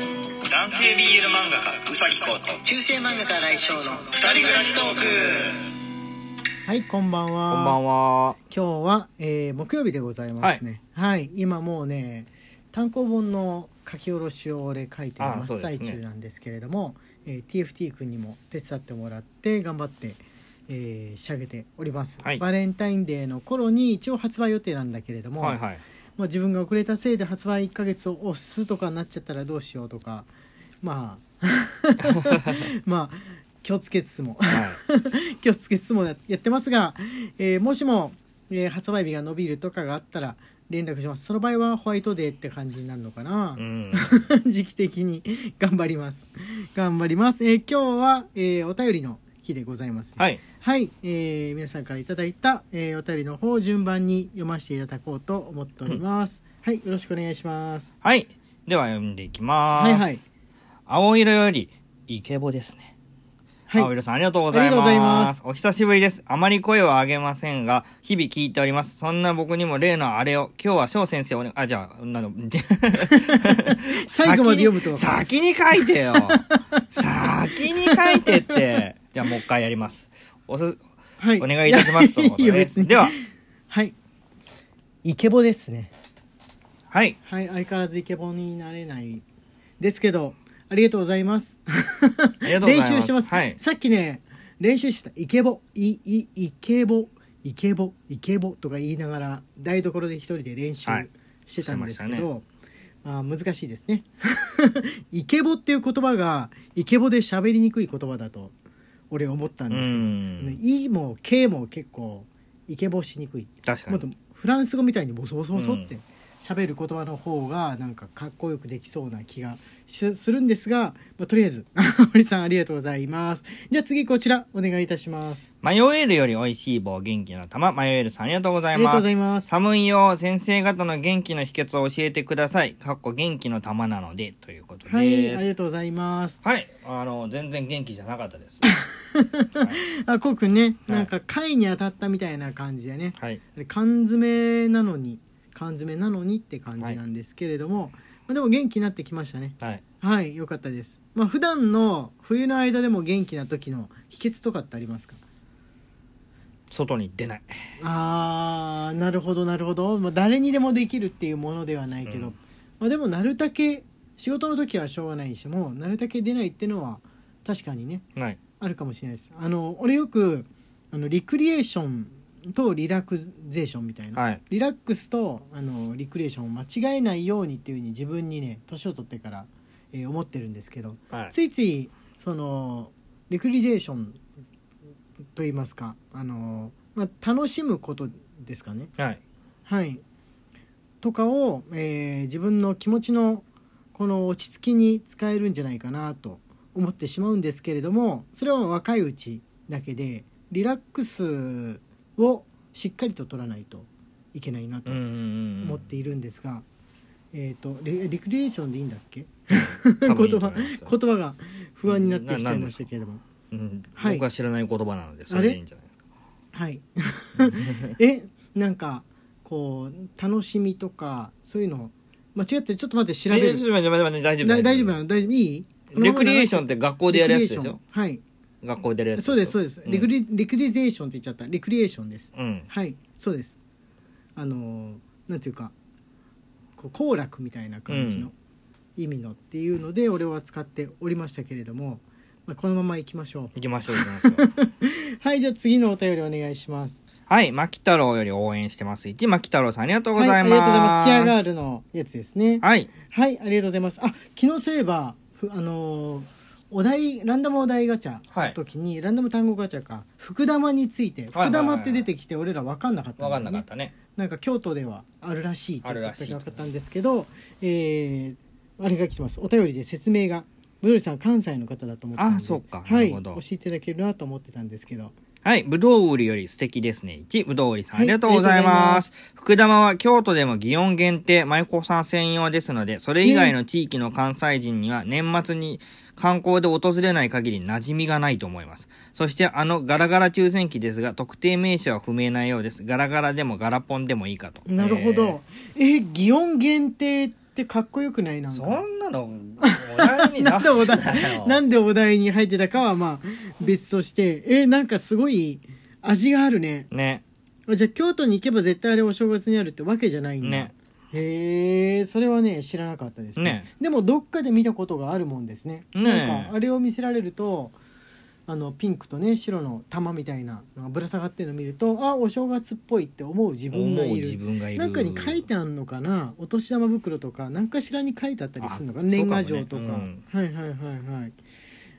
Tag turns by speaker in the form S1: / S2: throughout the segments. S1: 男性 BL 漫画家うさぎこと
S2: 中世漫画家来翔の
S1: 二人暮らしトーク
S3: はいこんばんは
S4: こんばんは。
S3: 今日は、えー木曜日でございますねはい、今もうね単行本の書き下ろしを俺書いてる真
S4: あそ
S3: っ
S4: うですね
S3: 最中なんですけれども、えー TFT 君にも手伝ってもらって頑張って、えー仕上げております、
S4: はい
S3: バレンタインデーの頃に一応発売予定なんだけれども、
S4: はいはい。
S3: まあ、自分が遅れたせいで発売1ヶ月を押すとかになっちゃったらどうしようとかまあ まあ 気をつけつつも
S4: は
S3: 気をつけつつもやってますが、えーもしも、えー発売日が伸びるとかがあったら連絡しますその場合はホワイトデーって感じになるのかな、
S4: い。うん。
S3: 時期的に頑張ります頑張ります、えー今日は、えーお便りの日でございます、
S4: はい。
S3: はい、えー皆さんからいただいた、えーお便りの方を順番に読ませていただこうと思っております、はいよろしくお願いします
S4: はい。では読んでいきま
S3: は
S4: す。
S3: いはい
S4: 青色よりイケボですね。
S3: はい
S4: 青色さんありがとうござ
S3: あり
S4: います。
S3: がとうございます
S4: お久しぶりです。あまり声を上げませんが、日々聞いております。そんな僕にも例のあれを、今日は翔先生おね、あ、じゃあ、なの、じゃ
S3: 最後まで読むと
S4: 先に先に書い てよ。先に書いてって。じゃあもう一回やります。おす、
S3: は
S4: お願いいたしますとのこと
S3: いやいいよ
S4: で
S3: 別に
S4: では、
S3: はいイケボですね
S4: はい。
S3: はい相変わらずイケボになれないですけどありがとうございます
S4: ありがとうござ
S3: 練
S4: います。
S3: 習してます、
S4: はい。
S3: さっきね練習してたイケボイイイケボイケボイケボとか言いながら台所で一人で練習
S4: はい
S3: してたんですけ
S4: して
S3: ど、
S4: ま
S3: まあ難しいですね イケボっていう言葉がイケボで喋りにくい言葉だと俺思ったん
S4: う
S3: ですけど、
S4: ん。
S3: イも K も結構イケボしにくい
S4: 確か
S3: もっ
S4: に
S3: と。フランス語みたいにボソボソボソって喋る言葉の方がなんかかっこよくできそうな気がしするんですが、まあ、とりあえず 堀さんありがとうございますじゃあ次こちらお願いいたします
S4: 迷えるより美味しい棒元気の玉迷えるさんありがとうござ
S3: あ
S4: い
S3: りがとう
S4: ま
S3: ござい
S4: す
S3: ます
S4: 寒いよ先生方の元気の秘訣を教えてくださいかっこ元気の玉なのでということです
S3: は
S4: はいい、
S3: ありがとうございます
S4: あの全然元気じゃなかったです
S3: あこうくんね
S4: はい
S3: なんか貝に当たったみたいな感じでね
S4: はい
S3: あれ缶詰なのに缶詰なのにって感じなんですけれども、まあ、でも元気になってきましたね
S4: はい
S3: はい良かったですまあ普段の冬の間でも元気な時の秘訣とかってありますか
S4: 外に出ない
S3: あーなるほどなるほど、まあ、誰にでもできるっていうものではないけど、
S4: うん
S3: まあ、でもなるだけ仕事の時はしょうがないしもうなるだけ出ないっていうのは確かにね
S4: ない
S3: あるかもしれないですあの俺よくあのリクリエーションとリラクゼーションみたいな、
S4: はい
S3: リラックスとあのリクリエーションを間違えないようにっていうふうに自分にね年を取ってから、えー思ってるんですけど
S4: はい
S3: ついついそのレクリゼーションと言いますかあの、まあ、楽しむことですかね
S4: はい
S3: はいとかを、えー自分の気持ちのこの落ち着きに使えるんじゃないかなと思ってしまうんですけれどもそれは若いうちだけでリラックスをしっかりと取らないといけないなと
S4: うんうんうん
S3: 思っているんですが、えっ、とレリクリエーションでいいんだっけ
S4: 多
S3: 言
S4: 分いいと
S3: 葉
S4: 思います
S3: 言葉が不安になってきちゃいましたけれども
S4: うん
S3: はい
S4: 僕は知らない言葉なのでそれでいいんじゃないですか
S3: はい えなんかこう楽しみとかそういうの間違ってちょっと待って調べ
S4: え
S3: る
S4: ーちょっと待って待って待って
S3: だ
S4: 大
S3: 大
S4: 丈
S3: 丈
S4: 夫
S3: 夫なの大丈夫いい
S4: レクリエーション
S3: ン
S4: って学校でやるやつでしょ
S3: はい
S4: 学校でやるやつ
S3: そうですそうです、レク
S4: エ
S3: リレクリゼーションって言っちゃったレクリエーションです
S4: うん
S3: はいそうですあのーなんていうかこう行楽みたいな感じ
S4: う
S3: の
S4: ん
S3: 意味のっていうので俺は使っておりましたけれども、まあ、このまま行きましょう
S4: 行きましょう行きましょう
S3: はい、じゃあ次のお便りお願いします。
S4: はい、牧太郎より応援してます。1、牧太郎さんありがとうござい
S3: はい、あり
S4: ます。
S3: がとうございます。チアガー
S4: ル。
S3: ルのやつですね。はい、
S4: はい、
S3: ありがとうございます。あ、昨日そういえば、ふあのーお題、ランダムお題ガチャ
S4: はい
S3: の時に、ランダム単語ガチャか、福玉について、
S4: はいはい
S3: 福玉って出てきて、俺ら分かんなかった
S4: わ
S3: んだ
S4: か
S3: よね
S4: んなかったね。
S3: なんか京都ではあるらしいと
S4: あ
S3: いう
S4: る
S3: こ
S4: らし
S3: と
S4: い
S3: が分かったんですけど、えーあれが来てます。お便りで説明が。ブドリさん関西の方だと思ってたんで
S4: あそうか
S3: はい、
S4: なるほど
S3: 教えていただけるなと思ってたんですけど
S4: はい、ぶどう売りより素敵ですね。1、ぶどう売りさん、
S3: はい
S4: ありがとうござ
S3: あ
S4: い
S3: りがとうございま
S4: ますす。福玉は京都でも祇園限定、舞妓さん専用ですので、それ以外の地域の関西人には年末に観光で訪れない限り馴染みがないと思います。そしてあのガラガラ抽選機ですが、特定名称は不明なようです。ガラガラでもガラポンでもいいかと。
S3: なるほど。えー、祇園限定っってかっこよくないなんか
S4: そんなのお題に出
S3: なんでお
S4: すな
S3: 題
S4: よ
S3: なんでお題に入ってたかはまあ別としてえなんかすごい味があるね
S4: ね
S3: あじゃあ京都に行けば絶対あれお正月にあるってわけじゃないんだ、
S4: ね
S3: へえそれはね知らなかったですね
S4: ね
S3: でもどっかで見たことがあるもんですね
S4: ね
S3: なんかあれを見せられるとあのピンクとね白の玉みたいなのがぶら下がってるのを見るとあお正月っぽいって思う自分
S4: 思
S3: が
S4: う
S3: い
S4: 自
S3: る
S4: 分がいる
S3: なんかに書いてあんのかなお年玉袋とか何かしらに書いてあったりするのかな
S4: あそう
S3: 年
S4: かも
S3: 賀
S4: ね
S3: 状とか、
S4: うん
S3: はいはいはいはい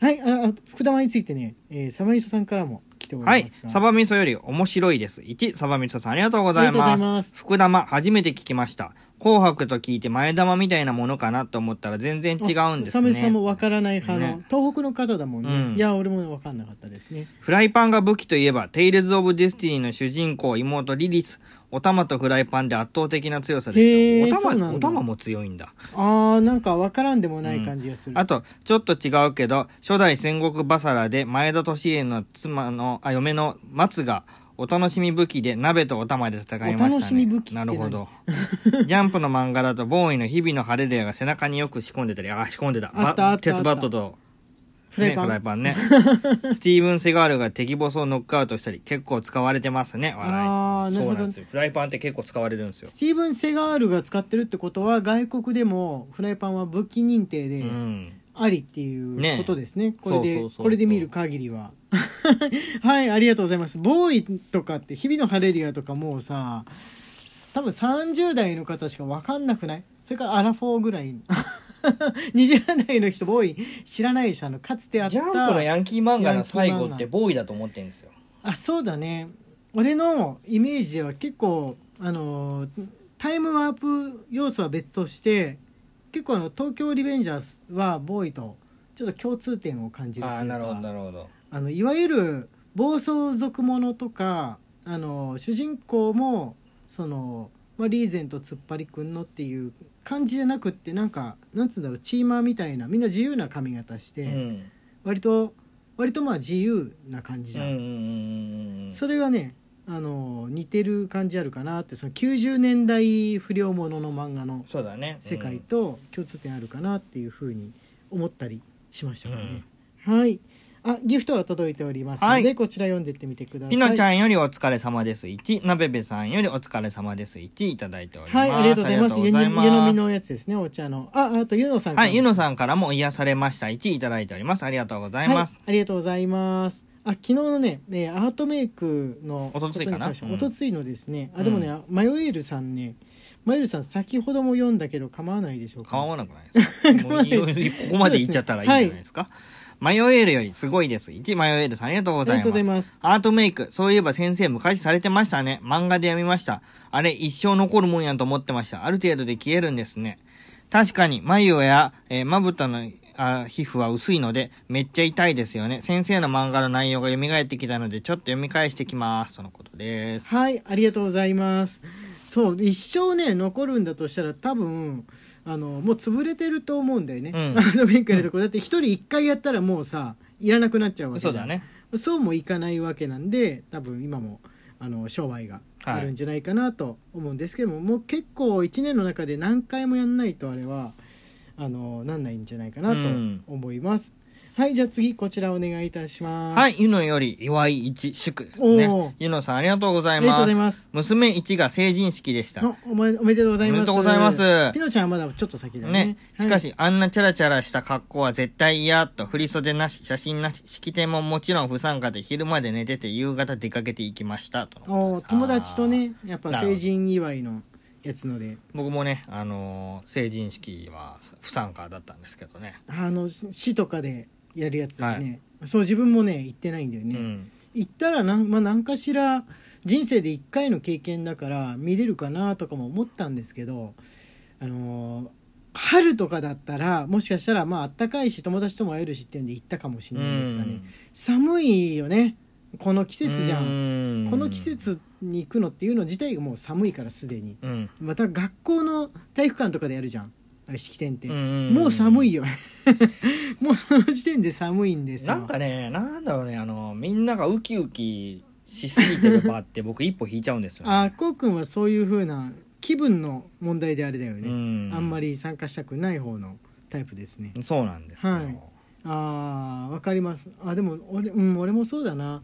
S3: はいああ福玉についてね、えー、サマリソさんからも来ておりま
S4: は
S3: す
S4: い
S3: が。
S4: サバ味噌より面白いです。1、サバ味噌さんありがとうござい
S3: ありがとう
S4: ま
S3: ご
S4: す。
S3: ざいます
S4: 福玉、初めて聞きました。紅白と聞いて前玉みたいなものかなと思ったら全然違うんです
S3: サメ
S4: ね。
S3: さんもわからない派の、
S4: ね
S3: 東北の方だもんね、
S4: うん
S3: いや俺もわかんなかったですね
S4: フライパンが武器といえば、テイルズ・オブ・デスティニーの主人公、妹リリス。お玉とフライパンで圧倒的な強さで
S3: へー
S4: した。お
S3: そうなん
S4: 玉、
S3: だ
S4: お玉も強いんだ。
S3: あーなんかわからんでもない感じがする、
S4: あと、ちょっと違うけど、初代戦国バサラで前田利家の妻の、あ、嫁の松が、お楽しみ武器で鍋とお玉で戦いました
S3: お
S4: ね。
S3: 楽しみ武器って
S4: な
S3: 何
S4: るほど。 ジャンプの漫画だと、ボーイの日々の晴れるやが背中によく仕込んでたり、あ、仕込んでた。
S3: あったあったあった
S4: ば鉄バットと、
S3: フライパン,、
S4: ね、フライパ ンね。スティーブン・セガールが敵ボスをノックアウトしたり、結構使われてますね。笑い
S3: あーなるほど
S4: そうなんですよ。フライパンって結構使われるんですよ
S3: ス。ティーブン・セガールが使ってるってことは外国でもフライパンは武器認定
S4: う
S3: で
S4: ん。
S3: ありっていうことですねこれで
S4: そうそうそうそう
S3: これで見る限りは はいありがとうございますボーイとかって「日々のハレリア」とかもうさ多分30代の方しか分かんなくないそれからアラフォーぐら い20代の人ボーイ知らないでしょあのかつてあった
S4: ジャンプのヤンキー漫画
S3: ヤン
S4: の
S3: キー漫画
S4: 最後ってボーイだと思ってるんですよ。
S3: あそうだね俺のイメージでは結構あのタイムワープ要素は別として結構あの東京リベンジャーズはボーイとちょっと共通点を感じる
S4: あ
S3: という
S4: あ
S3: か
S4: ー、なるほど、なるほど。
S3: あのいわゆる暴走族ものとかあの主人公もその、まあ、リーゼント突っ張りくんのっていう感じじゃなくってなんかなんつうんだろうチーマーみたいなみんな自由な髪型して、
S4: うん。
S3: 割と割とまあ自由な感じじゃん
S4: うんうんうんうんうん
S3: それがねあの似てる感じあるかなってその90年代不良ものの漫画の
S4: そうだね
S3: 世界
S4: うん
S3: と共通点あるかなっていうふうに思ったりしましたからね、はいあギフトは届いておりますので、
S4: はい
S3: こちら読んでってみてください
S4: ピノちゃんよりお疲れ様です1なべべさんよりお疲れ様です1いただいております
S3: はいありがとうございます
S4: あり
S3: 湯
S4: がとう
S3: 飲
S4: ご
S3: み
S4: ざい
S3: 湯飲
S4: ま
S3: み
S4: す
S3: のやつですねお茶のああとゆのさんから
S4: は
S3: も
S4: いゆのさんからも癒されました1いただいておりますありがとうございます
S3: はい、ありがとうございますあ昨日のね、えーアートメイクの
S4: おとついかな
S3: ことに関して
S4: うん
S3: おとついのですね、あでもねあマヨエールさんねマヨエールさん先ほども読んだけど構わないでしょうか
S4: 構わなくないですかもう いろいろここまで言っちゃったらいいんじゃないですかマヨエールよりすごいです1マヨエールさんありがとうございま
S3: ありが
S4: す
S3: とうございます
S4: アートメイクそういえば先生昔されてましたね漫画で読みましたあれ一生残るもんやと思ってましたある程度で消えるんですね確かに眉や、えーまぶたのあ皮膚は薄いのでめっちゃ痛いですよね先生の漫画の内容が蘇ってきたのでちょっと読み返してきますとのことです
S3: はいありがとうございますそう一生ね残るんだとしたら多分あのもう潰れてると思うんだよね、
S4: うん
S3: アートメイクのとこだって一人一回やったらもうさいらなくなっちゃうわけじゃ
S4: 嘘
S3: ん
S4: だね
S3: そうもいかないわけなんで多分今もあの商売があるんじゃないかなと思うんですけども、もう結構1年の中で何回もやんないとあれはあのなんないんじゃないかなと
S4: うん
S3: 思います、はいじゃあ次こちらお願いいたします
S4: はいい、ゆのより祝い一祝です
S3: おー
S4: ね。ゆのさんありがとうござい
S3: あ
S4: ます。
S3: りがとうございます
S4: 娘一が成人式でした。
S3: おおめおめでとうございます
S4: おめでとうございます
S3: ピノちゃんはまだちょっと先だね
S4: ね。しかし、あんなチャラチャラした格好は絶対嫌と、振り袖なし、写真なし、式典ももちろん不参加で昼まで寝てて夕方出かけていきましたとのこと
S3: お
S4: です。
S3: 友達とねやっぱ
S4: なるほ
S3: 成
S4: ど
S3: 人祝いのやつので
S4: あー。僕もね、あのー成人式は不参加だったんですけどね。
S3: あのし市とかでやるやつだよね、そう自分もね行ってないんだよ
S4: う
S3: ね、
S4: ん。
S3: 行ったらなん、まあ、何かしら人生で1回の経験だから見れるかなとかも思ったんですけど、あのー春とかだったらもしかしたらまあ暖かいし友達とも会えるしっていうんで行ったかもしれないんですがね、
S4: うん
S3: 寒いよねこの季節じゃん、
S4: ん
S3: この季。節に行くのっていうの自体がもう寒いからすでに
S4: うん。
S3: また学校の体育館とかでやるじゃん式典って、
S4: うんうんうん
S3: もう寒いよ もうその時点で寒いんですよ
S4: なんかね、なんだろうね、あのーみんながウキウキしすぎてる場って僕一歩引いちゃうんですよ、ね。
S3: あこうくんはそういう風な気分の問題であれだよね、
S4: うん
S3: あんまり参加したくない方のタイプですね
S4: そうなんですよ、
S3: はいあーわかりますあでも俺,、うん、俺もそうだな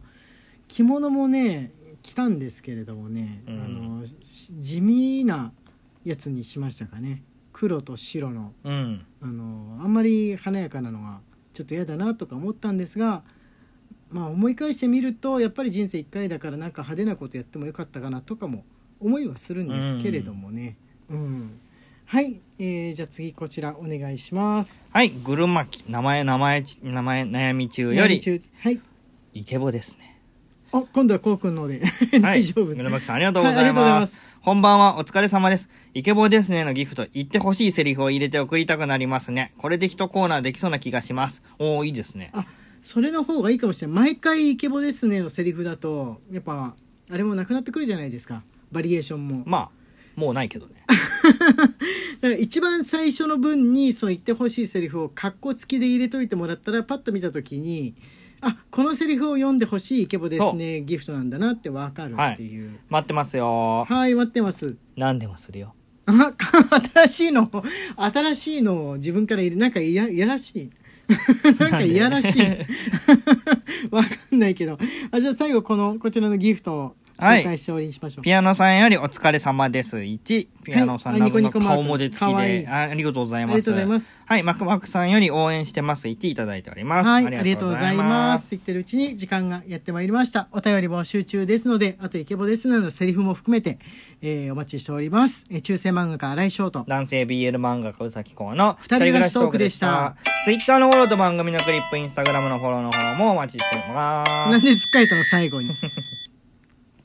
S3: 着物もね着たんですけれどもね、
S4: うん
S3: あのし地味なやつにしましたかね黒と白の
S4: うん
S3: あのあんまり華やかなのはちょっと嫌だなとか思ったんですが、まあ、思い返してみるとやっぱり人生一回だからなんか派手なことやってもよかったかなとかも思いはするんですけれどもね。うんはい、えーじゃあ次こちらお願いします。
S4: はいぐるまき名前名前ち名前悩み中より
S3: はい
S4: イケボですね
S3: お今度はこうくんので
S4: は
S3: 大
S4: い、
S3: 丈夫、
S4: ぬるまきさんありがとうござい
S3: はいありがとうござい
S4: ま
S3: ますす。
S4: こんばんは、お疲れ様です。イケボーですねのギフト、言ってほしいセリフを入れて送りたくなりますね。これで一コーナーできそうな気がします。おー、いいですね。
S3: あそれの方がいいかもしれない毎回「イケボですね」のセリフだとやっぱあれもなくなってくるじゃないですかバリエーションも、
S4: まあ、もうないけど ね。
S3: だから一番最初の文にその言ってほしいセリフをカッコつきで入れといてもらったらパッと見た時にあこのセリフを読んでほしいイケボですねギフトなんだなってわかるっていう
S4: 待ってますよ
S3: はい待ってます
S4: なんでもするよ。
S3: あ新しいの新しいのを自分から入れなんかいやいやらしい なんかいやらしい わかんないけどあじゃあ最後このこちらのギフトを紹介して終わりにしましょう、
S4: ピアノさんよりお疲れ様です。1、ピアノさん
S3: はいあニコ
S4: 謎
S3: ニ
S4: の
S3: コマーク
S4: 顔文字付
S3: か
S4: き
S3: わい
S4: で
S3: い
S4: あ、ありがとうございます。
S3: ありがとうございます。
S4: はい、マクマクさんより応援してます。1いただいております。
S3: はい、ありがとうございます。。言ってるうちに時間がやってまいりました。お便り募集中ですので、あとイケボですのでのセリフも含めて、えーお待ちしております。えー中世漫画家荒井翔と。
S4: 男性 BL 漫画家うさきこうの
S3: 二人暮らしトークでした。
S4: ツイッターのフォローと番組のクリップ、インスタグラムのフォローの方もお待ちしておりま
S3: なん
S4: す。
S3: でつっかえたの最後に。